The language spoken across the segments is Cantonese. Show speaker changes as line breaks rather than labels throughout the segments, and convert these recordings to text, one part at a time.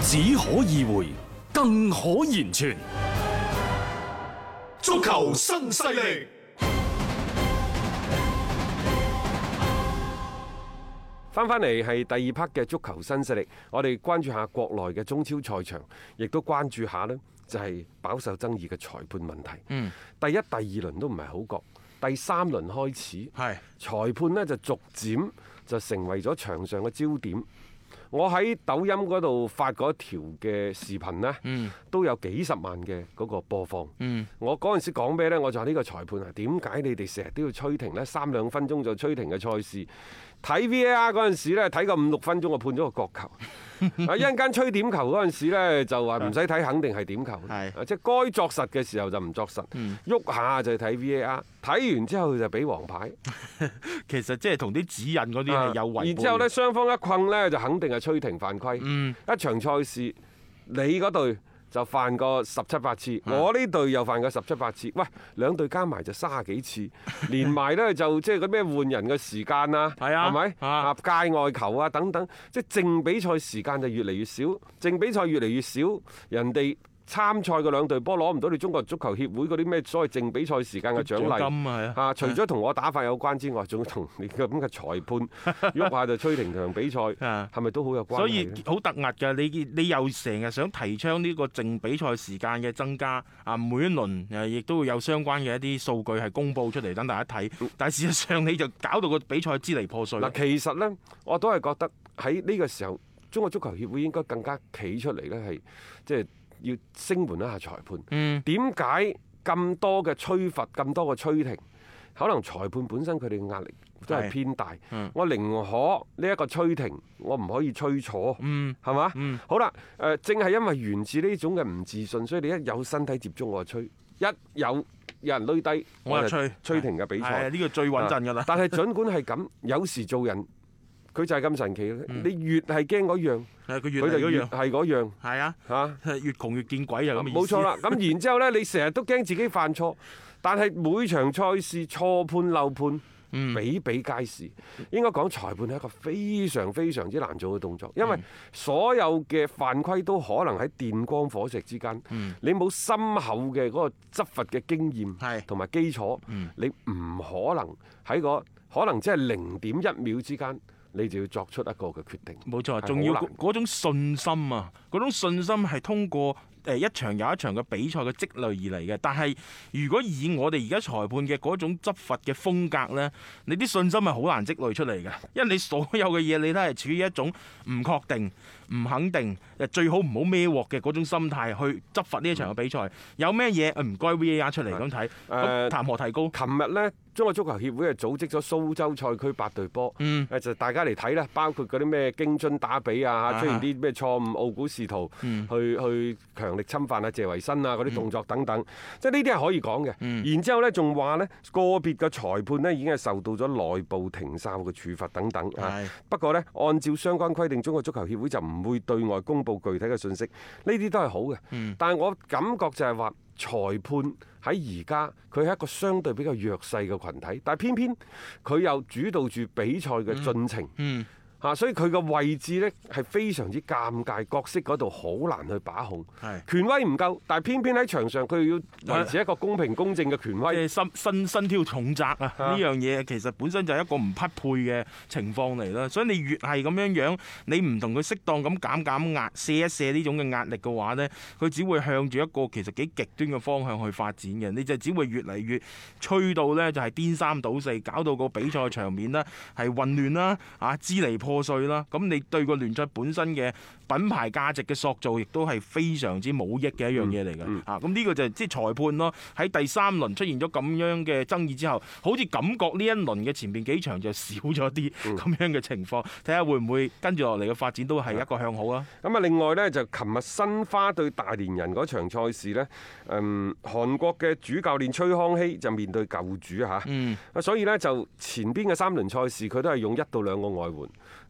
只可意會，更可言傳。
足球新勢力。
翻翻嚟係第二 part 嘅足球新勢力，我哋關注下國內嘅中超賽場，亦都關注下呢就係飽受爭議嘅裁判問題。嗯，第一、第二輪都唔係好覺，第三輪開始，
係
裁判呢就逐漸就成為咗場上嘅焦點。我喺抖音嗰度發嗰條嘅視頻呢，都有幾十萬嘅嗰個播放。我嗰陣時講咩呢？我就話呢個裁判啊，點解你哋成日都要吹停呢？三兩分鐘就吹停嘅賽事，睇 VAR 嗰陣時呢，睇個五六分鐘就判咗個角球。啊！一陣間吹點球嗰陣時咧，就話唔使睇，肯定係點球。
係
啊即係該作實嘅時候就唔作實，喐下就睇 VAR，睇完之後就俾黃牌。
其實即係同啲指引嗰啲
啊
係有違背嘅。
然之後呢，雙方一困呢，就肯定係吹停犯規。
嗯
一場賽事，你嗰隊就犯過十七八次，
啊
我呢隊又犯過十七八次。喂，兩隊加埋就卅幾 次，連埋呢就即係嗰咩換人嘅時間啊，
係啊
係咪
啊
啊？界外球啊等等，即係正比賽時間就越嚟越少，正比賽越嚟越少，人哋。參賽嘅兩隊波攞唔到你中國足球協會嗰啲咩所謂正比賽時間嘅獎勵，
獎金啊係啊
啊，除咗同我打法有關之外，仲同你咁嘅裁 判喐下就吹停場比賽，
啊
係咪都好有關係啊
所以
呢
好突兀㗎，你你又成日想提倡呢個淨比賽時間嘅增加啊，每一輪誒亦都會有相關嘅一啲數據係公佈出嚟，等大家睇。但係事實上你就搞到個比賽支離破
嗯
碎。
嗱，其實呢，我都係覺得喺呢個時候，中國足球協會應該更加企出嚟呢，係即係要聲援一下裁判。
嗯
點解咁多嘅吹罰，咁多嘅吹停？可能裁判本身佢哋嘅壓力都係
係
偏大
嗯。
我寧可呢一個吹停，我唔可以吹錯。
嗯
係嘛？
嗯
好啦，誒、呃正係因為源自呢種嘅唔自信，所以你一有身體接觸我就吹，一有有人攏低
我就吹
吹停嘅比
係啊
賽。啊
呢個最穩陣㗎啦。
但係儘管係咁，有時做人佢就係咁神奇嘅你越係驚嗰樣，
係嗯啊佢越
佢
嚟
就
嗰
越
樣
係嗰樣
係啊，
嚇。
越窮越見鬼就咁嘅意思。
啊冇 錯啦，咁然之後呢，你成日都驚自己犯錯，但係每場賽事錯判漏判。
嗯
比比皆是，應該講裁判係一個非常非常之難做嘅動作，
嗯
因為所有嘅犯規都可能喺電光火石之間。
嗯
你冇深厚嘅嗰個執法嘅經驗
係嗯
同埋基礎，你唔可能喺個可能只係零點一秒之間，你就要作出一個嘅決定。
冇錯，
係
仲要
好難
嗰嗰種信心啊，嗰種信心係通過誒一場又一場嘅比賽嘅積累而嚟嘅。但係如果以我哋而家裁判嘅嗰種執法嘅風格呢，你啲信心係好難積累出嚟嘅，因為你所有嘅嘢你都係處於一種唔確定、唔肯定，誒最好唔好孭鑊嘅嗰種心態去執法呢一場嘅比賽。有咩嘢呃誒唔該 VAR 出嚟咁睇，
嗯誒
咁談何提高？
琴日呢，中國足球協會係組織咗蘇州賽區八隊波，誒、
嗯
就大家嚟睇啦，包括嗰啲咩京津打比啊，
啊嗯哈
出現啲咩錯誤、傲股仕途，去去強力侵犯啊謝維新啊
嗯
嗰啲動作等等，即係呢啲係可以講嘅。然之後呢，仲話呢個別嘅裁判呢已經係受到咗內部停哨嘅處罰等等啊
係。
不過呢，按照相關規定，中國足球協會就唔會對外公佈具體嘅信息，呢啲都係好嘅。但係我感覺就係話裁判。喺而家佢係一個相對比較弱勢嘅群體，但係偏偏佢又主導住比賽嘅進程。
嗯
嚇，所以佢個位置呢係非常之尷尬，角色嗰度好難去把控
係，
權威唔夠，但係偏偏喺場上佢要維持一個公平公正嘅權
即
威。
係身身身挑重責啊！呢樣嘢其實本身就係一個唔匹配嘅情況嚟啦，所以你越係咁樣樣，你唔同佢適當咁減減壓、卸一卸呢種嘅壓力嘅話呢，佢只會向住一個其實幾極端嘅方向去發展嘅，你就只會越嚟越吹到呢，就係顛三倒四，搞到個比賽場面呢係混亂啦、啊支離破碎啦，咁你對個聯賽本身嘅品牌價值嘅塑造，亦都係非常之冇益嘅
嗯
一樣嘢嚟嘅。啊，咁呢個就係即係裁判咯。喺第三輪出現咗咁樣嘅爭議之後，好似感覺呢一輪嘅前面幾場就少咗啲
嗯
咁樣嘅情況，睇下會唔會跟住落嚟嘅發展都係
嗯
一個向好啊。
咁啊，另外呢，就琴日申花對大連人嗰場賽事呢，嗯，韓國嘅主教練崔康熙就面對舊主嚇，
嗯
啊所以呢，就前邊嘅三輪賽事佢都係用一到兩個外援，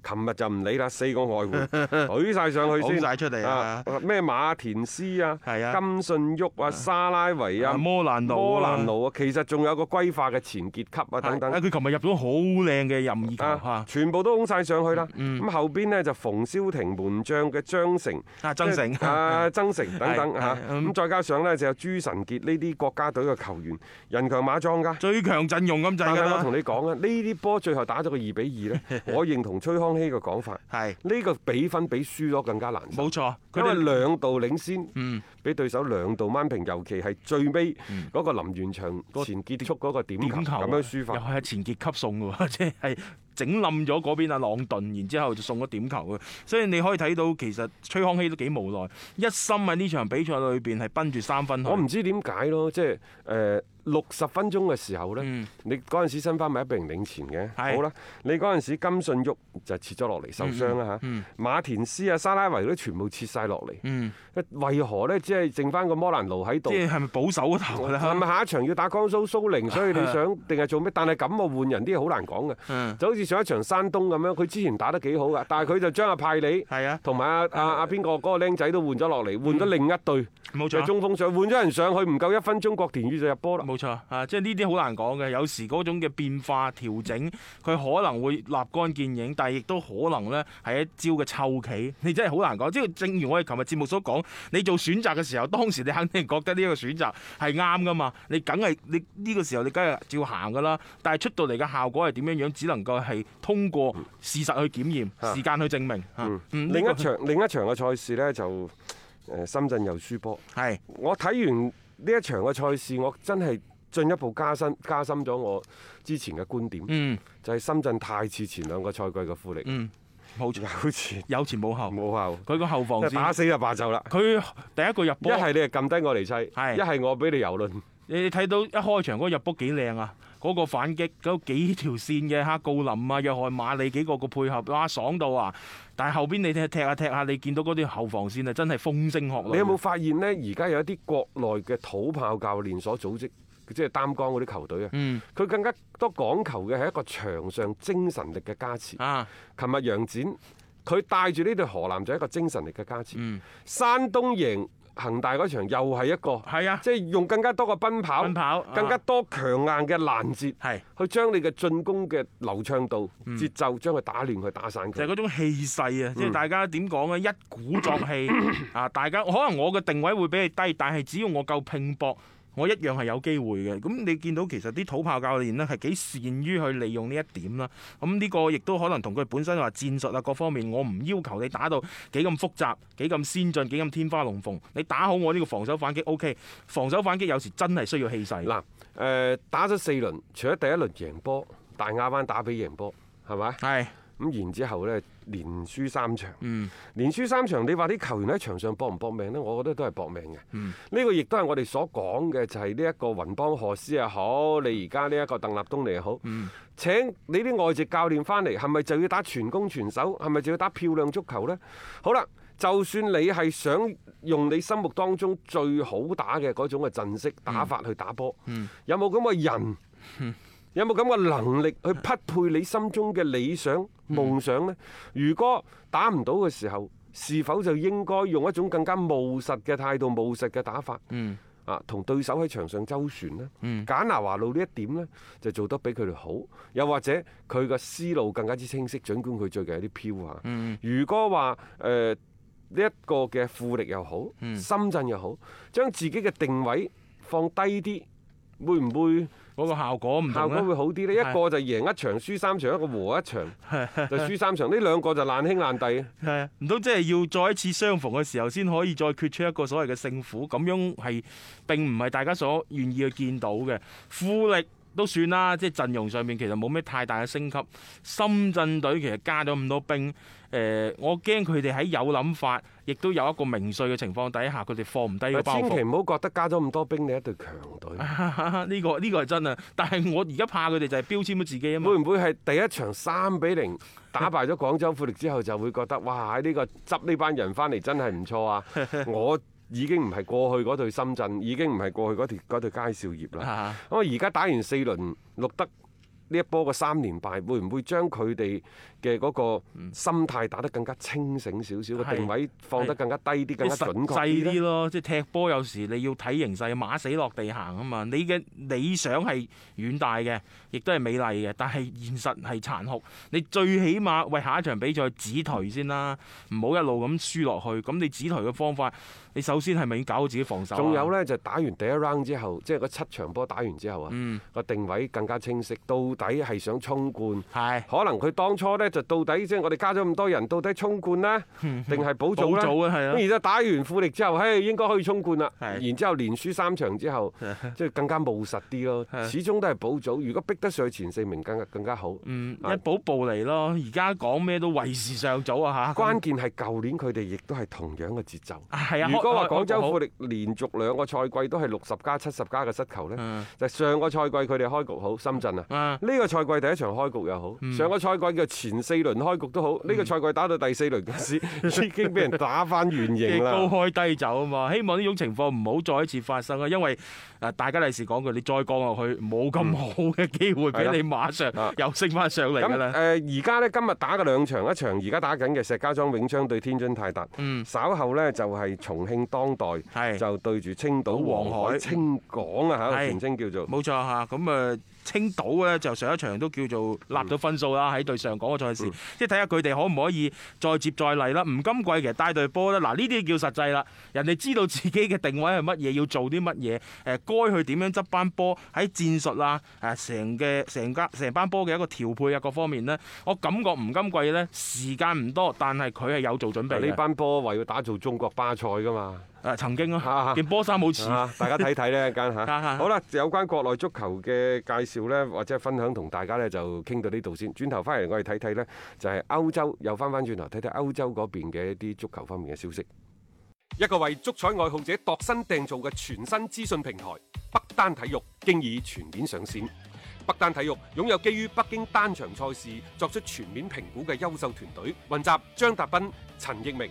琴日就唔理啦，四個外 援舉晒上去先，
拱晒出嚟啊！
咩馬田斯啊，
係啊
金信旭啊，沙拉維啊，
摩蘭奴啊
摩蘭奴啊，其實仲有個歸化嘅前傑級啊等等
啊。佢琴日入咗好靚嘅任意嗯球
啊
嚇！，
全部都拱晒上去啦。咁後邊呢，就馮瀟霆門將嘅張成、
啊曾誠
即係啊曾誠等等
係
嚇。
係
咁
嗯
再加上呢，就有朱晨傑呢啲國家隊嘅球員，人強馬壯㗎。
最強陣容咁滯
但
㗎
係我
啦，
同你講啊，呢啲波最後打咗個二比二 呢，我認同崔康熙嘅講法。
係
呢個比分比輸咗更加難受。
冇錯，佢
因為
哋
兩度領先，
嗯
俾對手兩度掹平，尤其係最尾嗰個臨完場前結束嗰個點球
點球啊
咁樣輸法
又。係前傑級送嘅喎，即 係整冧咗嗰邊阿啊朗頓，然之後就送咗點球嘅，所以你可以睇到其實崔康熙都幾無奈，一心喺呢場比賽裏邊係奔住三分去。
我唔知點解咯，即係誒六十分鐘嘅時候呢，
嗯
你嗰陣時申花咪一比零領前嘅，
係
好啦，你嗰陣時金信旭就切咗落嚟受傷啦
嗯
嚇，馬田斯啊、沙拉維都全部切晒落嚟，
嗯，
為何呢？只係剩翻個摩蘭奴喺度
即？係係咪保守嗰頭㗎
係咪
啦？
下一場要打江蘇蘇 寧，所以你想定係做咩？但係咁啊換人啲嘢好難講嘅，
嗯
就好似上一場山東咁樣，佢之前打得幾好噶，但係佢就將阿派里
係啊
同埋阿阿阿邊個嗰個僆仔都換咗落嚟，換咗另一隊
冇
就
錯。
中鋒上，換咗人上去唔夠一分鐘，郭田宇就入波啦。
冇錯啊，即係呢啲好難講嘅。有時嗰種嘅變化調整，佢可能會立竿見影，但係亦都可能呢係一招嘅臭棋。 你真係好難講。即係正如我哋琴日節目所講，你做選擇嘅時候，當時你肯定覺得呢一個選擇係啱噶嘛，你梗係你呢個時候你梗係照行噶啦。但係出到嚟嘅效果係點樣樣，只能夠係通過事實去檢驗，時間去證明。啊嗯
嗯另一
呢個
場另一場嘅賽事呢，就誒深圳又輸波。
係
我睇完呢一場嘅賽事，我真係進一步加深加深咗我之前嘅觀點，
嗯
就係深圳太似前兩個賽季嘅富力，
嗯，冇錯，
有前
有前冇後，
冇後。
佢個後防
嗯即係
線
打死就罷就啦。
佢第一個入
一
波。
係你係撳低我嚟砌，
係
一係我俾你遊論。
你睇到一開場嗰個入波幾靚啊！嗰、個反擊嗰幾條線嘅哈高林啊、約翰馬里幾個個配合，哇爽到啊！但係後邊你踢踢下踢下，你見到嗰啲後防線啊，真係風聲鶴唳。
你有冇發現呢？而家有一啲國內嘅土炮教練所組織，即係擔綱嗰啲球隊啊，
嗯
佢更加多講求嘅係一個場上精神力嘅加持。
啊？
琴日楊展佢帶住呢隊河南就一個精神力嘅加持。
嗯
山東贏恒大嗰場又係一個，
係啊
即係用更加多嘅奔跑，
奔跑啊
更加多強硬嘅攔截，
係
去將你嘅進攻嘅流暢度、
嗯
節奏將佢打亂佢、打散
就係
佢。
嗰種氣勢
嗯
啊！即係大家點講咧，一鼓作 氣啊！大家可能我嘅定位會比你低，但係只要我夠拼搏，我一樣係有機會嘅。咁你見到其實啲土炮教練呢係幾善於去利用呢一點啦。咁呢個亦都可能同佢本身話戰術啊各方面，我唔要求你打到幾咁複雜、幾咁先進、幾咁天花龍鳳。你打好我呢個防守反擊 OK，防守反擊有時真係需要氣勢。
嗱，誒、打咗四輪，除咗第一輪贏波，大亞灣打比贏波，係咪？
係
咁然之後呢，連輸三場，
嗯
連輸三場，你話啲球員喺場上搏唔搏命呢？我覺得都係搏命嘅。呢、個亦都係我哋所講嘅，就係呢一個雲邦賀斯又好，你而家呢一個鄧立東尼又好，請你啲外籍教練翻嚟，係咪就要打全攻全守？係咪就要打漂亮足球呢？好啦。就算你係想用你心目當中最好打嘅嗰種嘅陣式打法去打波，有冇咁嘅人？有冇咁嘅能力去匹配你心中嘅理想、夢想呢？如果打唔到嘅時候，是否就應該用一種更加務實嘅態度、務實嘅打法？
嗯
啊，同對手喺場上周旋呢，
嗯
簡拿華路呢一點呢，就做得比佢哋好，又或者佢嘅思路更加之清晰。儘管佢最近有啲飄嚇，如果話誒呢一個嘅富力又好，深圳又好，將自己嘅定位放低啲，會唔會？
嗰個效果唔
效
同
果會
咧。
好啲呢，一
係
個就贏一場輸三場，一個和一 場就輸三場，呢兩個就爛兄爛弟。
係啊，唔通即係要再一次相逢嘅時候，先可以再決出一個所謂嘅勝負？咁樣係並唔係大家所願意去見到嘅。富力都算啦，即係陣容上面其實冇咩太大嘅升級。深圳隊其實加咗咁多兵，誒、我驚佢哋喺有諗法，亦都有一個明碎嘅情況底下，佢哋放唔低個包
千祈
袱。
唔好覺得加咗咁多兵，你一隊強隊。
呢、個呢、個係真啊！但係我而家怕佢哋就係標籤咗自己啊嘛
會。唔會係第一場三比零打敗咗廣州富力之後，就會覺得哇喺呢個執呢班人翻嚟真係唔錯 啊！我已經唔係過去嗰隊深圳，已經唔係過去嗰條嗰隊佳兆 業啦。
啊
咁啊，而家打完四輪錄得呢一波嘅三連敗，會唔會將佢哋嘅嗰個心態打得更加清醒少少，個
嗯係
定位放得更加低啲、更加
即係
準
實
確
際
啲
啲
呢？
咯，即係踢波有時你要睇形勢，馬死落地行啊嘛。你嘅理想係遠大嘅，亦都係美麗嘅，但係現實係殘酷。你最起碼為下一場比賽止頹先啦，唔好一路咁輸落去。咁你止頹嘅方法，你首先係咪要搞好自己防守啊？
仲有呢，就打完第一 round 之後，即係嗰七場波打完之後啊，
嗯
個、定位更加清晰，到底係想衝冠。
係
可能佢當初呢，就到底即係我哋加咗咁多人，到底衝冠 呢？定係保組
保
呢？
組啊係啊
咁而家打完富力之後，嘿，應該可以衝冠啦。
係
然之後連輸三場之 後，即係更加務實啲咯。始終都係保組，如果逼得上去前四名，更加更加好。
嗯
啊
一步步嚟咯。而家講咩都為時尚早啊嚇。
關鍵係舊年佢哋亦都係同樣嘅節奏。
係啊，
如果話
開開
廣州
好
富力連續兩個賽季都係六十加七十加嘅失球
嗯
呢，就上個賽季佢哋開局好，深圳啊，
啊
呢個賽季第一場開局又
嗯
好，上個賽季嘅前四輪開局都好，呢個賽季打到第四輪嗰 時已經俾人打翻原
嘅
形
高
啦。
開低走啊嘛，希望呢種情況唔好再一次發生啊！因為誒大家第時講句，你再降落去冇咁好嘅機會俾
嗯係啦
你馬上
啊
又升翻上嚟
咁
㗎
誒，
啦。
而家呢，今日打嘅兩場，一場而家打緊嘅石家莊永昌對天津泰達，
嗯
稍後呢就係重慶當代
係
就對住青島
黃
黃
海
海、青港啊嚇，
係
全稱叫做。
冇錯嚇，咁誒青島咧就上一場都叫做立到分數
嗯
啦，喺對上港嘅賽事，即係睇下佢哋可唔可以再接再厲啦。吳金貴其實帶隊波咧，嗱呢啲叫實際啦，人哋知道自己嘅定位係乜嘢，要做啲乜嘢，誒該去點樣執班波喺戰術啊，誒成嘅成家成班波嘅一個調配啊各方面呢，我感覺吳金貴呢時間唔多，但係佢係有做準備
呢
嘅。
班波為要打造中國巴塞噶嘛。
誒曾經啊，
啊
件波衫冇似。
啊！大家睇睇呢一間
啊啊
嚇。好啦，有關國內足球嘅介紹呢，或者分享同大家呢，就傾到呢度先。轉頭翻嚟，我哋睇睇呢，就係歐洲又翻翻轉頭睇睇歐洲嗰邊嘅一啲足球方面嘅消息。一個為足彩愛好者度身訂造嘅全新資訊平台北單體育，經已全面上線。北單體育擁有基於北京單場賽事作出全面評估嘅優秀團隊，雲集張達斌、陳奕明、